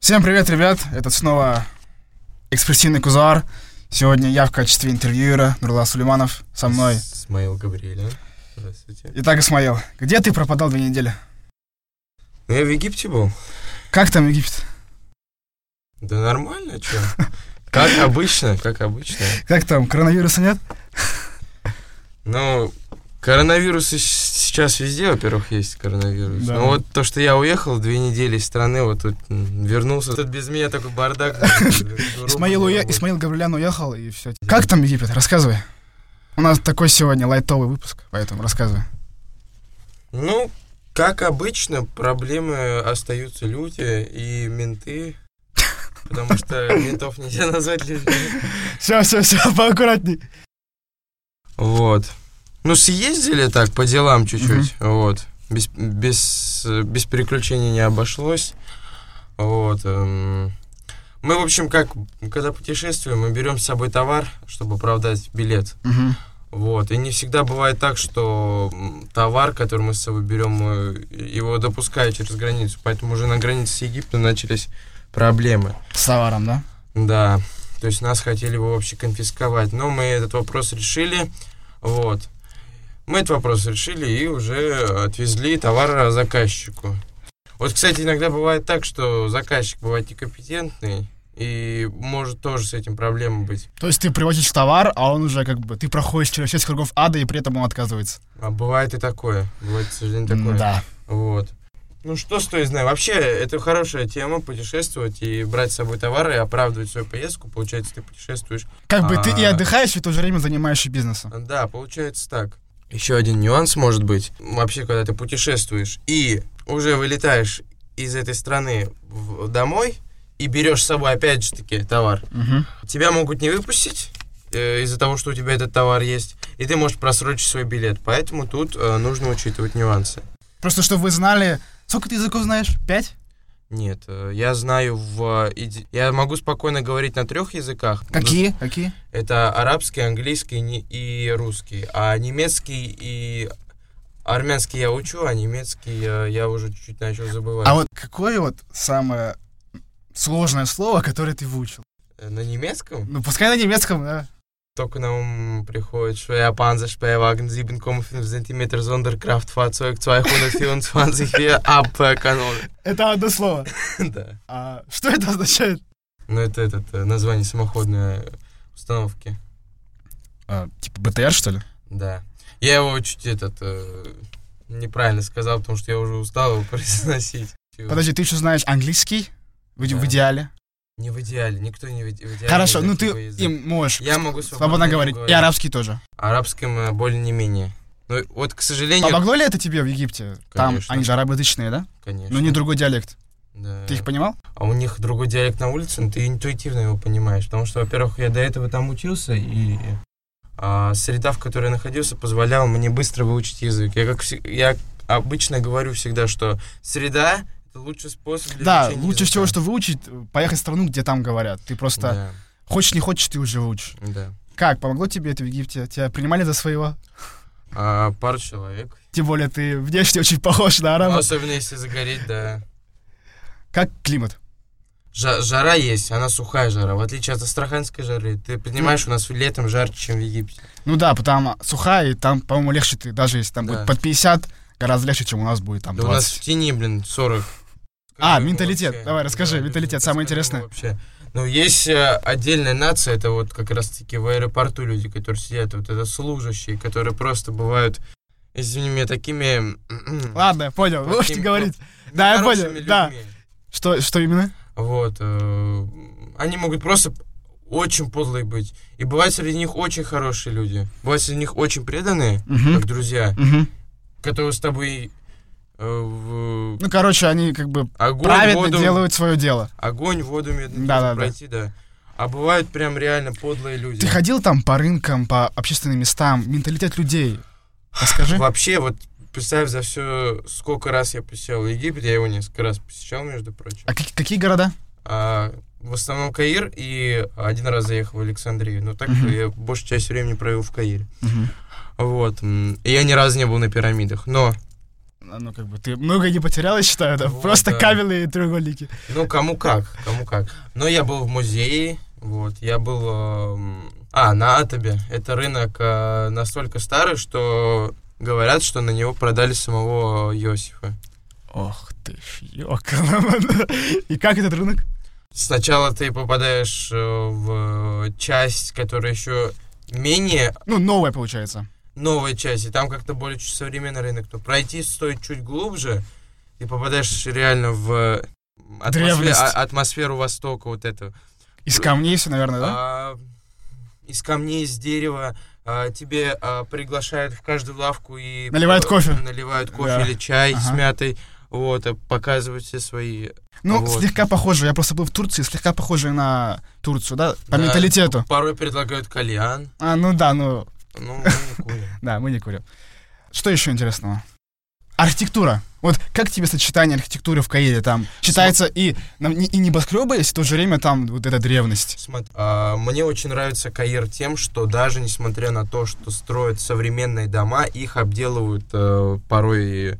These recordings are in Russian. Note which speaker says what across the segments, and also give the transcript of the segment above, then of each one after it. Speaker 1: Всем привет, ребят! Это снова экспрессивный кузуар. Сегодня я в качестве интервьюера Нурла Сулейманов со мной.
Speaker 2: Смаил Габриэля. Здравствуйте.
Speaker 1: Итак, Исмаил, где ты пропадал две недели?
Speaker 2: Ну, я в Египте был.
Speaker 1: Как там Египет?
Speaker 2: Да нормально, чё? Как обычно, как обычно.
Speaker 1: Как там? Коронавируса нет?
Speaker 2: Ну, коронавирус и щ- сейчас везде, во-первых, есть коронавирус.
Speaker 1: Да.
Speaker 2: Но вот то, что я уехал две недели из страны, вот тут м, вернулся. Тут без меня такой бардак.
Speaker 1: Исмаил, уе- Исмаил Габрилян уехал и все. Как там Египет? Рассказывай. У нас такой сегодня лайтовый выпуск, поэтому рассказывай.
Speaker 2: Ну, как обычно, проблемы остаются люди и менты. Потому что ментов нельзя назвать людьми.
Speaker 1: Все, все, все, поаккуратней.
Speaker 2: Вот. Ну, съездили так по делам чуть-чуть. Вот. Без, без, э, без приключений не обошлось. Вот. эм. Мы, в общем, как когда путешествуем, мы берем с собой товар, чтобы продать билет. Вот. И не всегда бывает так, что м, товар, который мы с собой берем, мы его допускают через границу. Поэтому уже на границе с Египтом начались проблемы.
Speaker 1: С товаром, да?
Speaker 2: Да, то есть нас хотели бы вообще конфисковать, но мы этот вопрос решили, вот. Мы этот вопрос решили и уже отвезли товар заказчику. Вот, кстати, иногда бывает так, что заказчик бывает некомпетентный, и может тоже с этим проблема быть.
Speaker 1: То есть ты привозишь товар, а он уже как бы... Ты проходишь через 6 кругов ада, и при этом он отказывается.
Speaker 2: А бывает и такое. Бывает, к сожалению, такое.
Speaker 1: Да.
Speaker 2: Вот. Ну что стоит знать. Вообще, это хорошая тема, путешествовать и брать с собой товары и оправдывать свою поездку. Получается, ты путешествуешь
Speaker 1: Как бы ты и
Speaker 2: А.
Speaker 1: отдыхаешь, и в то же время занимаешься бизнесом.
Speaker 2: Да, получается так. Еще один нюанс может быть. Вообще, когда ты путешествуешь и уже вылетаешь из этой страны в- домой и берешь с собой опять же таки товар,
Speaker 1: Мгм.
Speaker 2: тебя могут не выпустить э, из-за того, что у тебя этот товар есть, и ты можешь просрочить свой билет. Поэтому тут э, нужно учитывать нюансы.
Speaker 1: Просто чтобы вы знали, сколько ты языков знаешь? Пять?
Speaker 2: Нет, э, я знаю в... э, иди- Я могу спокойно говорить на трех языках.
Speaker 1: Какие? Какие?
Speaker 2: Это арабский, английский не- и русский. А немецкий и армянский я учу, а немецкий я, я уже чуть-чуть начал забывать.
Speaker 1: А вот какое вот самое сложное слово, которое ты выучил?
Speaker 2: Э, На немецком
Speaker 1: Ну, пускай на немецком, да.
Speaker 2: только на ум приходит Швея Шпееваген 7,5 см Зондеркрафт Фацойк 224 ве Абканон.
Speaker 1: Это одно слово.
Speaker 2: а, Да.
Speaker 1: А что это означает?
Speaker 2: Ну это этот, э, название самоходной э, установки.
Speaker 1: типа БТР, что ли?
Speaker 2: Да. Я его чуть этот э, неправильно сказал, потому что я уже устал его произносить.
Speaker 1: Подожди, ты еще знаешь английский? В, иде- в
Speaker 2: Да.
Speaker 1: идеале.
Speaker 2: Не в идеале, никто не в, иде- в идеале.
Speaker 1: Хорошо,
Speaker 2: не
Speaker 1: ну
Speaker 2: такой
Speaker 1: ты
Speaker 2: язык.
Speaker 1: им можешь
Speaker 2: Я могу
Speaker 1: свободно говорить. И арабский тоже.
Speaker 2: Арабским э, более-не-менее. Ну, вот, к сожалению...
Speaker 1: Помогло ли это тебе в Египте? Там
Speaker 2: Конечно.
Speaker 1: они же арабоязычные, да?
Speaker 2: Конечно.
Speaker 1: Но ну, не другой диалект.
Speaker 2: Да.
Speaker 1: Ты их понимал?
Speaker 2: А у них другой диалект на улице, но ты интуитивно его понимаешь. Потому что, во-первых, я до этого там учился, и а, среда, в которой я находился, позволяла мне быстро выучить язык. Я, как, всег- я обычно говорю всегда, что среда — это лучший способ для
Speaker 1: Да,
Speaker 2: изучения
Speaker 1: лучше
Speaker 2: языка.
Speaker 1: всего, что выучить, поехать в страну, где там говорят. Ты просто хочешь, не хочешь, ты уже выучишь.
Speaker 2: Да, да.
Speaker 1: Как, помогло тебе это в Египте? Тебя принимали за своего?
Speaker 2: А, пару человек.
Speaker 1: Тем более ты внешне очень похож на
Speaker 2: Ну,
Speaker 1: араба.
Speaker 2: особенно если загореть, да.
Speaker 1: Как климат?
Speaker 2: Жа- жара есть, она сухая жара, в отличие от астраханской жары. Ты понимаешь, у нас летом жарче, чем в Египте.
Speaker 1: Ну да, потому сухая, и там, по-моему, легче ты, даже если там
Speaker 2: Да.
Speaker 1: будет под 50, гораздо легче, чем у нас будет там
Speaker 2: Да у нас
Speaker 1: 20.
Speaker 2: в тени, блин,
Speaker 1: А,
Speaker 2: 40. Скажи, ну,
Speaker 1: менталитет.
Speaker 2: вообще,
Speaker 1: Давай, расскажи,
Speaker 2: да,
Speaker 1: менталитет,
Speaker 2: расскажи,
Speaker 1: самое
Speaker 2: ну,
Speaker 1: интересное.
Speaker 2: Вообще. Ну, есть э, отдельная нация, это вот как раз-таки в аэропорту люди, которые сидят, вот это служащие, которые просто бывают, извини меня, такими... м-м,
Speaker 1: Ладно, понял,
Speaker 2: Таким,
Speaker 1: можете
Speaker 2: ну,
Speaker 1: говорить. да, я понял,
Speaker 2: нехорошими
Speaker 1: да.
Speaker 2: людьми.
Speaker 1: Что, что именно?
Speaker 2: Вот. э, Они могут просто очень подлые быть. И бывают среди них очень хорошие люди. Бывают среди них очень преданные,
Speaker 1: Мгм.
Speaker 2: как друзья,
Speaker 1: Мгм.
Speaker 2: которые с тобой э, в
Speaker 1: Ну, короче, они как бы
Speaker 2: огонь,
Speaker 1: праведно
Speaker 2: воду,
Speaker 1: делают свое дело.
Speaker 2: огонь, воду медленно
Speaker 1: Да, да, да.
Speaker 2: пройти, да. А бывают прям реально подлые люди.
Speaker 1: Ты ходил там по рынкам, по общественным местам, менталитет людей. Расскажи.
Speaker 2: Вообще, вот представь за все, сколько раз я посещал Египет, я его несколько раз посещал, между прочим.
Speaker 1: А как- какие города?
Speaker 2: А, в основном Каир и один раз заехал в Александрию. Но так
Speaker 1: Мгм.
Speaker 2: я большую часть времени провел в Каире.
Speaker 1: Мгм.
Speaker 2: Вот. м, и Я ни разу не был на пирамидах. Но
Speaker 1: А, Ну, как бы, ты много не потерял, я считаю, да?
Speaker 2: Вот,
Speaker 1: Просто
Speaker 2: Ну, да.
Speaker 1: кабели и треугольники.
Speaker 2: Ну, кому как, кому как. Но я был в музее, вот, я был... эм, А, на Атобе. Это рынок э, настолько старый, что говорят, что на него продали самого Иосифа.
Speaker 1: Ох ты ж, ёкала, мана. И как этот рынок?
Speaker 2: Сначала ты попадаешь э, в часть, которая еще менее
Speaker 1: Ну, новое получается. новая
Speaker 2: новая часть, и там как-то более чуть современный рынок. Но пройти стоит чуть глубже, и попадаешь реально в атмосфе-
Speaker 1: Древность.
Speaker 2: а- атмосферу Востока вот этого.
Speaker 1: Из камней все, наверное, да?
Speaker 2: А, из камней, из дерева. а, тебе а, приглашают в каждую лавку и...
Speaker 1: Наливают кофе.
Speaker 2: Наливают кофе
Speaker 1: Да.
Speaker 2: или чай с
Speaker 1: Ага.
Speaker 2: мятой. Вот, а показывают все свои...
Speaker 1: Ну,
Speaker 2: вот.
Speaker 1: слегка похоже. Я просто был в Турции, слегка похоже на Турцию, да? По
Speaker 2: Да.
Speaker 1: менталитету.
Speaker 2: Порой предлагают кальян.
Speaker 1: А, ну да, ну,
Speaker 2: Ну, мы не курим.
Speaker 1: да, мы не курим. Что еще интересного? Архитектура. Вот как тебе сочетание архитектуры в Каире? Там читается и, нам- и, небоскребы, есть, и в то же время там вот эта древность.
Speaker 2: Смотри, а, Мне очень нравится Каир тем, что даже несмотря на то, что строят современные дома, их обделывают э, порой... э,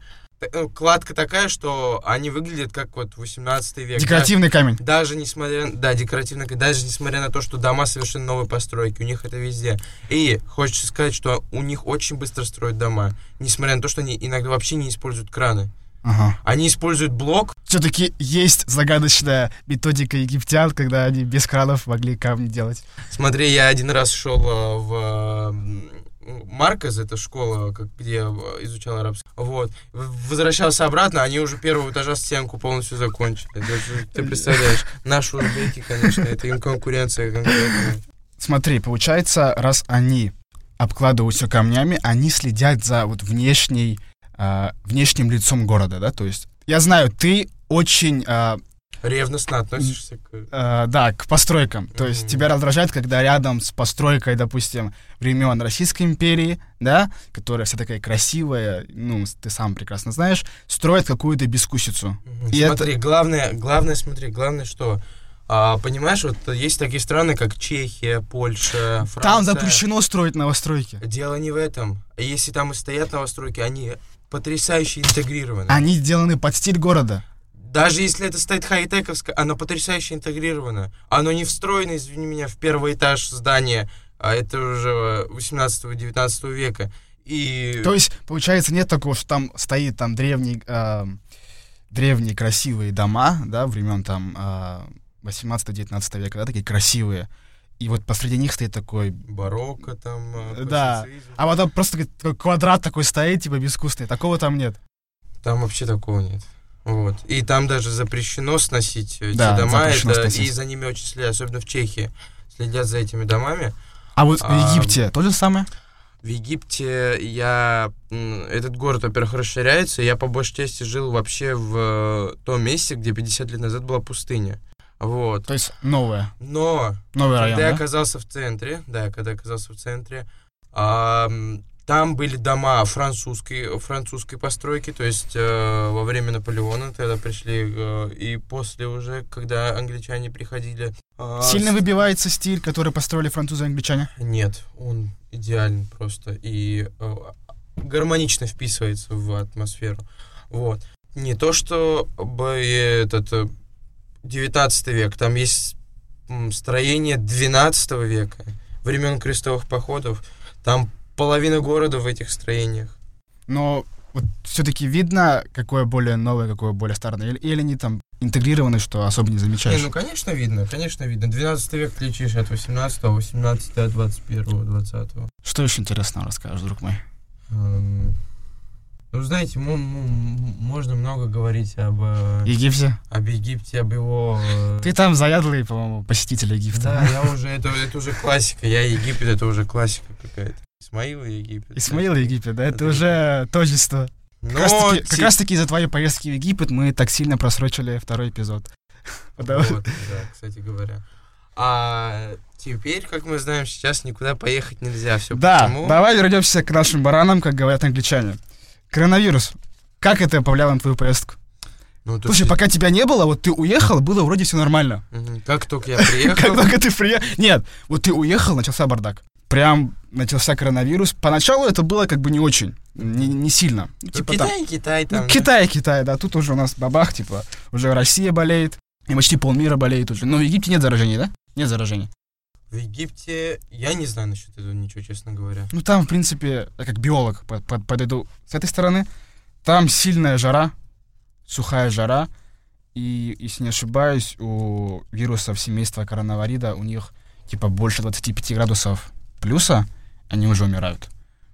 Speaker 2: ну, Кладка такая, что они выглядят как вот 18 век. да?
Speaker 1: Декоративный камень.
Speaker 2: Даже несмотря, да, декоративно, даже несмотря на то, что дома совершенно новые постройки, у них это везде. И хочется сказать, что у них очень быстро строят дома, несмотря на то, что они иногда вообще не используют краны.
Speaker 1: Ага.
Speaker 2: Они используют блок,
Speaker 1: Все-таки есть загадочная методика египтян, когда они без кранов могли камни делать.
Speaker 2: Смотри, я один раз шел э, в э, Маркос, это школа, как- где я э, изучал арабский. Вот. В- Возвращался обратно, они уже первого этажа стенку полностью закончили. Даже Ты представляешь, наши узбеки, конечно, это им конкуренция конкретная.
Speaker 1: Смотри, получается, раз они обкладывают все камнями, они следят за вот внешней, а, внешним лицом города, да? То есть, я знаю, ты очень, а,
Speaker 2: Ревностно относишься к...
Speaker 1: а, да, к постройкам. То есть,
Speaker 2: Мгм.
Speaker 1: тебя раздражает, когда рядом с постройкой, допустим, времен Российской империи, да, которая вся такая красивая, ну, с- ты сам прекрасно знаешь, строят какую-то бескусицу.
Speaker 2: Мгм.
Speaker 1: И
Speaker 2: смотри, главное, главное, смотри, главное, что а, понимаешь, вот есть такие страны, как Чехия, Польша, Франция.
Speaker 1: Там запрещено строить новостройки.
Speaker 2: Дело не в этом. Если там и стоят новостройки, они потрясающе интегрированы.
Speaker 1: Они сделаны под стиль города.
Speaker 2: Даже если это стоит хай-тековское, оно потрясающе интегрировано. Оно не встроено, извини меня, в первый этаж здания, а это уже 18-19 века. И
Speaker 1: То есть, получается, нет такого, что там стоит там древний, э, древние красивые дома, да, времен там 18-19 века, да, такие красивые. И вот посреди них стоит такой...
Speaker 2: барокко там, э,
Speaker 1: Да.
Speaker 2: классицизм.
Speaker 1: А потом просто говорит, такой квадрат такой стоит, типа безвкусный. Такого там нет.
Speaker 2: Там вообще такого нет. Вот. И там даже запрещено сносить э, эти
Speaker 1: Да,
Speaker 2: дома,
Speaker 1: запрещено
Speaker 2: это-
Speaker 1: сносить.
Speaker 2: и за ними очень следят, особенно в Чехии. Следят за этими домами.
Speaker 1: А вот
Speaker 2: А,
Speaker 1: в Египте то же самое?
Speaker 2: В Египте я... м, Этот город, во-первых, расширяется. Я по большей части жил вообще в э, том месте, где 50 лет назад была пустыня. Вот.
Speaker 1: То есть новое,
Speaker 2: Но
Speaker 1: новый район,
Speaker 2: когда я
Speaker 1: да?
Speaker 2: оказался в центре, да, когда я оказался в центре, а, м, там были дома французской, французской постройки, то есть э, во время Наполеона тогда пришли, э, и после уже, когда англичане приходили... э,
Speaker 1: Сильно выбивается стиль, который построили французы и англичане.
Speaker 2: нет, он идеален просто и э, гармонично вписывается в атмосферу. Вот. Не то, что бы этот э, 19 век, там есть м, строение 12 века, времен крестовых походов, там половина города в этих строениях.
Speaker 1: Но вот все-таки видно, какое более новое, какое более старое. Или, или они там интегрированы, что особо не
Speaker 2: Не,
Speaker 1: замечаешь.
Speaker 2: ну, конечно, видно, конечно, видно. 12 век отличишь от 18, 18 от 21, 20.
Speaker 1: Что еще интересного расскажешь, друг мой?
Speaker 2: Эм, Ну, знаете, мо- м- можно много говорить об... э,
Speaker 1: Египте.
Speaker 2: об Египте, об его... э,
Speaker 1: Ты там заядлый, по-моему, посетитель
Speaker 2: Да,
Speaker 1: Египта.
Speaker 2: я уже, это, это уже классика, я Египет, это уже классика какая-то. Исмаил и Египет.
Speaker 1: Исмаил и Египет, да, это
Speaker 2: Это
Speaker 1: уже тождество.
Speaker 2: Но
Speaker 1: Как раз-таки- Как
Speaker 2: те-
Speaker 1: раз таки из-за твоей поездки в Египет мы так сильно просрочили второй эпизод. Потому-
Speaker 2: Вот, да, кстати говоря. А теперь, как мы знаем, сейчас никуда поехать нельзя. Все
Speaker 1: Да,
Speaker 2: почему?
Speaker 1: давай вернемся к нашим баранам, как говорят англичане. Коронавирус. Как это повлияло на твою поездку?
Speaker 2: Ну, то
Speaker 1: Слушай,
Speaker 2: есть-
Speaker 1: пока тебя не было, вот ты уехал, было вроде все нормально.
Speaker 2: Мгм. Как только я приехал...
Speaker 1: Как только ты приехал... Нет, вот ты уехал, начался бардак. прям начался коронавирус. Поначалу это было как бы не очень, не, не сильно. Ну,
Speaker 2: Ну,
Speaker 1: типа там-
Speaker 2: Китай, Китай
Speaker 1: ну,
Speaker 2: там.
Speaker 1: Китай, Китай, да. Тут уже у нас бабах, типа, уже Россия болеет, и почти полмира болеет уже. Но в Египте нет заражений, да? Нет заражений.
Speaker 2: В Египте я не знаю насчет этого ничего, честно говоря.
Speaker 1: Ну, там, в принципе, я как биолог под- под- подойду с этой стороны. Там сильная жара, сухая жара. И, если не ошибаюсь, у вирусов семейства коронаварида у них типа больше 25 градусов плюса, они уже умирают.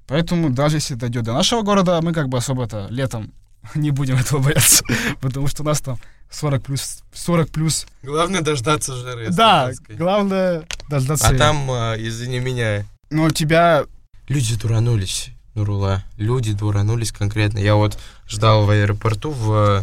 Speaker 1: Поэтому даже если дойдет до нашего города, мы как бы особо-то летом не будем этого бояться, потому что у нас там 40 плюс, 40 плюс.
Speaker 2: Главное дождаться жары.
Speaker 1: Да,
Speaker 2: так сказать.
Speaker 1: главное дождаться.
Speaker 2: А
Speaker 1: её.
Speaker 2: там, а, извини меня,
Speaker 1: Но у тебя
Speaker 2: Люди дуранулись, Нурула. Люди дуранулись конкретно. Я вот ждал в аэропорту в э,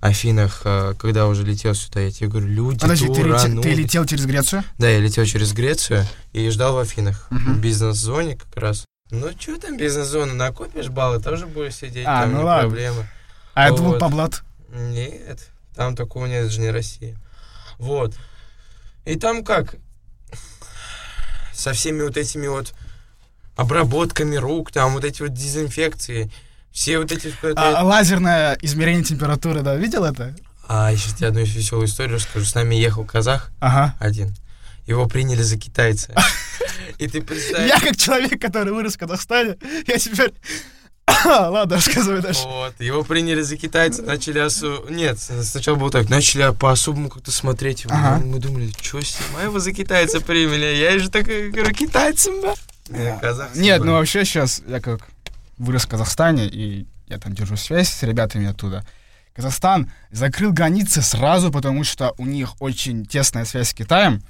Speaker 2: Афинах, э, когда уже летел сюда. Я тебе говорю, люди
Speaker 1: Подожди, ты, лете- ты
Speaker 2: дуранулись.
Speaker 1: летел через Грецию?
Speaker 2: Да, я летел через Грецию и ждал в Афинах.
Speaker 1: Мгм.
Speaker 2: В бизнес-зоне как раз. Ну, что там бизнес-зона? Накопишь баллы, тоже будешь сидеть,
Speaker 1: А,
Speaker 2: там
Speaker 1: ну
Speaker 2: не
Speaker 1: ладно.
Speaker 2: проблема.
Speaker 1: А это
Speaker 2: Вот.
Speaker 1: был Паблат.
Speaker 2: Нет, там такого нет, это же не Россия. Вот. И там как? Со всеми вот этими вот обработками рук, там вот эти вот дезинфекции, все вот эти... вот-
Speaker 1: А, лазерное измерение температуры, да, видел это?
Speaker 2: А, еще тебе одну веселую историю расскажу. С нами ехал казах
Speaker 1: Ага.
Speaker 2: один. Его приняли за китайца. И ты представь...
Speaker 1: Я как человек, который вырос в Казахстане, я теперь... Ладно, рассказывай дальше.
Speaker 2: Вот, его приняли за китайца, начали осу... Нет, с- сначала было так, начали по-особому как-то смотреть его.
Speaker 1: Ага.
Speaker 2: Мы думали, что с ним? А его за китайца приняли. а Я же так и говорю, китайцем, да? Э, Я казахцем
Speaker 1: Нет,
Speaker 2: был.
Speaker 1: ну вообще сейчас я как вырос в Казахстане, и я там держу связь с ребятами оттуда. Казахстан закрыл границы сразу, потому что у них очень тесная связь с Китаем.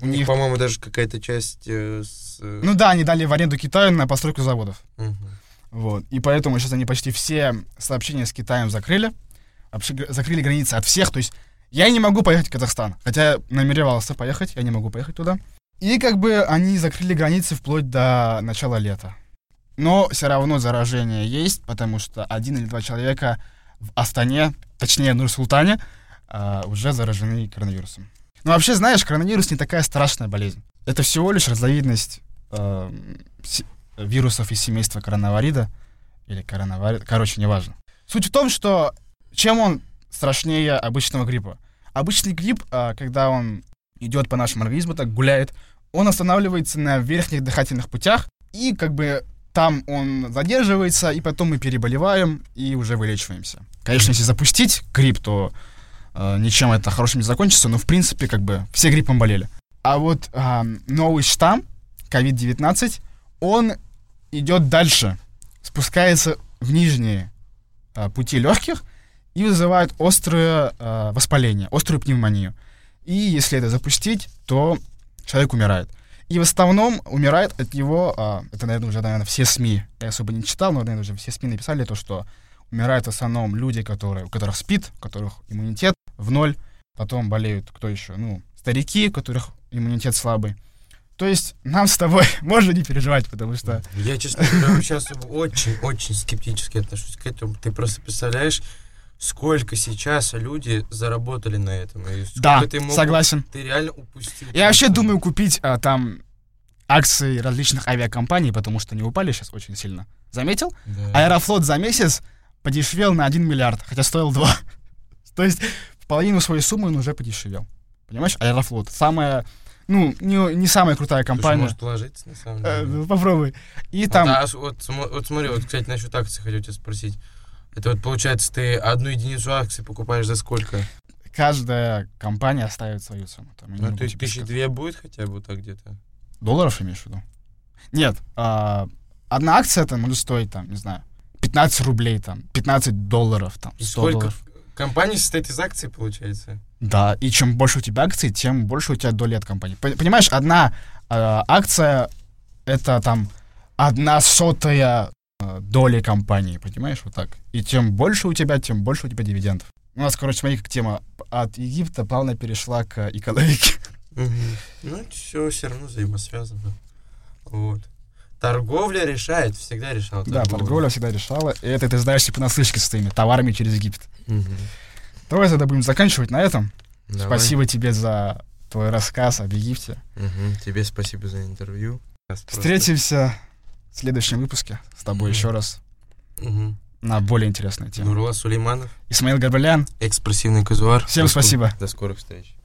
Speaker 2: У них, по-моему, даже какая-то часть э, с... э,
Speaker 1: Ну да, они дали в аренду Китаю на постройку заводов.
Speaker 2: мгм.
Speaker 1: Вот. И поэтому сейчас они почти все сообщения с Китаем закрыли. Вообще г- закрыли границы от всех. То есть я не могу поехать в Казахстан. Хотя я намеревался поехать, я не могу поехать туда. И как бы они закрыли границы вплоть до начала лета. Но все равно заражение есть, потому что один или два человека в Астане, точнее, Нур-Султане, а, уже заражены коронавирусом. Но вообще, знаешь, коронавирус не такая страшная болезнь. Это всего лишь разновидность эм, се- вирусов из семейства коронаварида или коронаварит, короче, неважно. Суть в том, что чем он страшнее обычного гриппа? Обычный грипп, а, когда он идет по нашему организму, так гуляет, он останавливается на верхних дыхательных путях, и как бы там он задерживается, и потом мы переболеваем и уже вылечиваемся. Конечно, если запустить грипп, то э, ничем это хорошим не закончится, но в принципе как бы все гриппом болели. А вот а, новый штамм COVID-19, он идет дальше, спускается в нижние а, пути легких и вызывает острое а, воспаление, острую пневмонию. И если это запустить, то человек умирает. И в основном умирает от него, а, это, наверное, уже, наверное, все СМИ, я особо не читал, но, наверное, уже все СМИ написали то, что умирают в основном люди, которые, у которых спит, у которых иммунитет в ноль, потом болеют кто еще, ну, старики, у которых иммунитет слабый. То есть нам с тобой можно не переживать, потому что
Speaker 2: Я, честно говоря, сейчас очень-очень скептически отношусь к этому. Ты просто представляешь, сколько сейчас люди заработали на этом. и сколько
Speaker 1: Да,
Speaker 2: ты мог-
Speaker 1: согласен.
Speaker 2: Ты реально упустил.
Speaker 1: Я вообще
Speaker 2: просто.
Speaker 1: думаю купить а, там акции различных авиакомпаний, потому что они упали сейчас очень сильно. Заметил?
Speaker 2: Да.
Speaker 1: Аэрофлот за месяц подешевел на 1 миллиард, хотя стоил 2. То есть в половину своей суммы он уже подешевел. Понимаешь? Аэрофлот. Самая, ну, не, не самая крутая
Speaker 2: Слушай,
Speaker 1: компания.
Speaker 2: может ложиться, на самом
Speaker 1: Э,
Speaker 2: деле.
Speaker 1: ну, попробуй. И
Speaker 2: Вот,
Speaker 1: там...
Speaker 2: а с- Вот, смо- вот смотри, вот, кстати, насчет акций хотел тебя спросить. Это вот получается, ты одну единицу акций покупаешь за сколько?
Speaker 1: каждая компания оставит свою сумму. Там, я не
Speaker 2: Ну,
Speaker 1: могу
Speaker 2: то есть
Speaker 1: тебе
Speaker 2: тысячи
Speaker 1: сказать.
Speaker 2: две будет хотя бы так где-то?
Speaker 1: Долларов имеешь в виду? Нет. а, одна акция там может стоить, там, не знаю, 15 рублей, там, 15 долларов, там, 100
Speaker 2: Сколько?
Speaker 1: долларов.
Speaker 2: Компания состоит из акций, получается?
Speaker 1: Да, и чем больше у тебя акций, тем больше у тебя доли от компании. Пон- Понимаешь, одна а, акция — это там одна сотая а, доли компании, понимаешь, вот так. И чем больше у тебя, тем больше у тебя дивидендов. У нас, короче, смотри, как тема от Египта плавно перешла к экономике.
Speaker 2: Ну, все все равно взаимосвязано. Вот. Торговля решает, всегда решала
Speaker 1: Да, торговля всегда решала. И это ты знаешь, типа, наслышки со своими товарами через Египет. Давай тогда будем заканчивать на этом. Спасибо тебе за твой рассказ об Египте.
Speaker 2: Тебе спасибо за интервью. Просто-
Speaker 1: Встретимся в следующем выпуске с тобой
Speaker 2: Мгм.
Speaker 1: еще раз
Speaker 2: Мгм.
Speaker 1: на более интересную тему.
Speaker 2: Нурлан Сулейманов,
Speaker 1: Исмаил Гарбалян.
Speaker 2: экспрессивный казуар.
Speaker 1: Всем
Speaker 2: До скор-
Speaker 1: спасибо.
Speaker 2: До скорых встреч.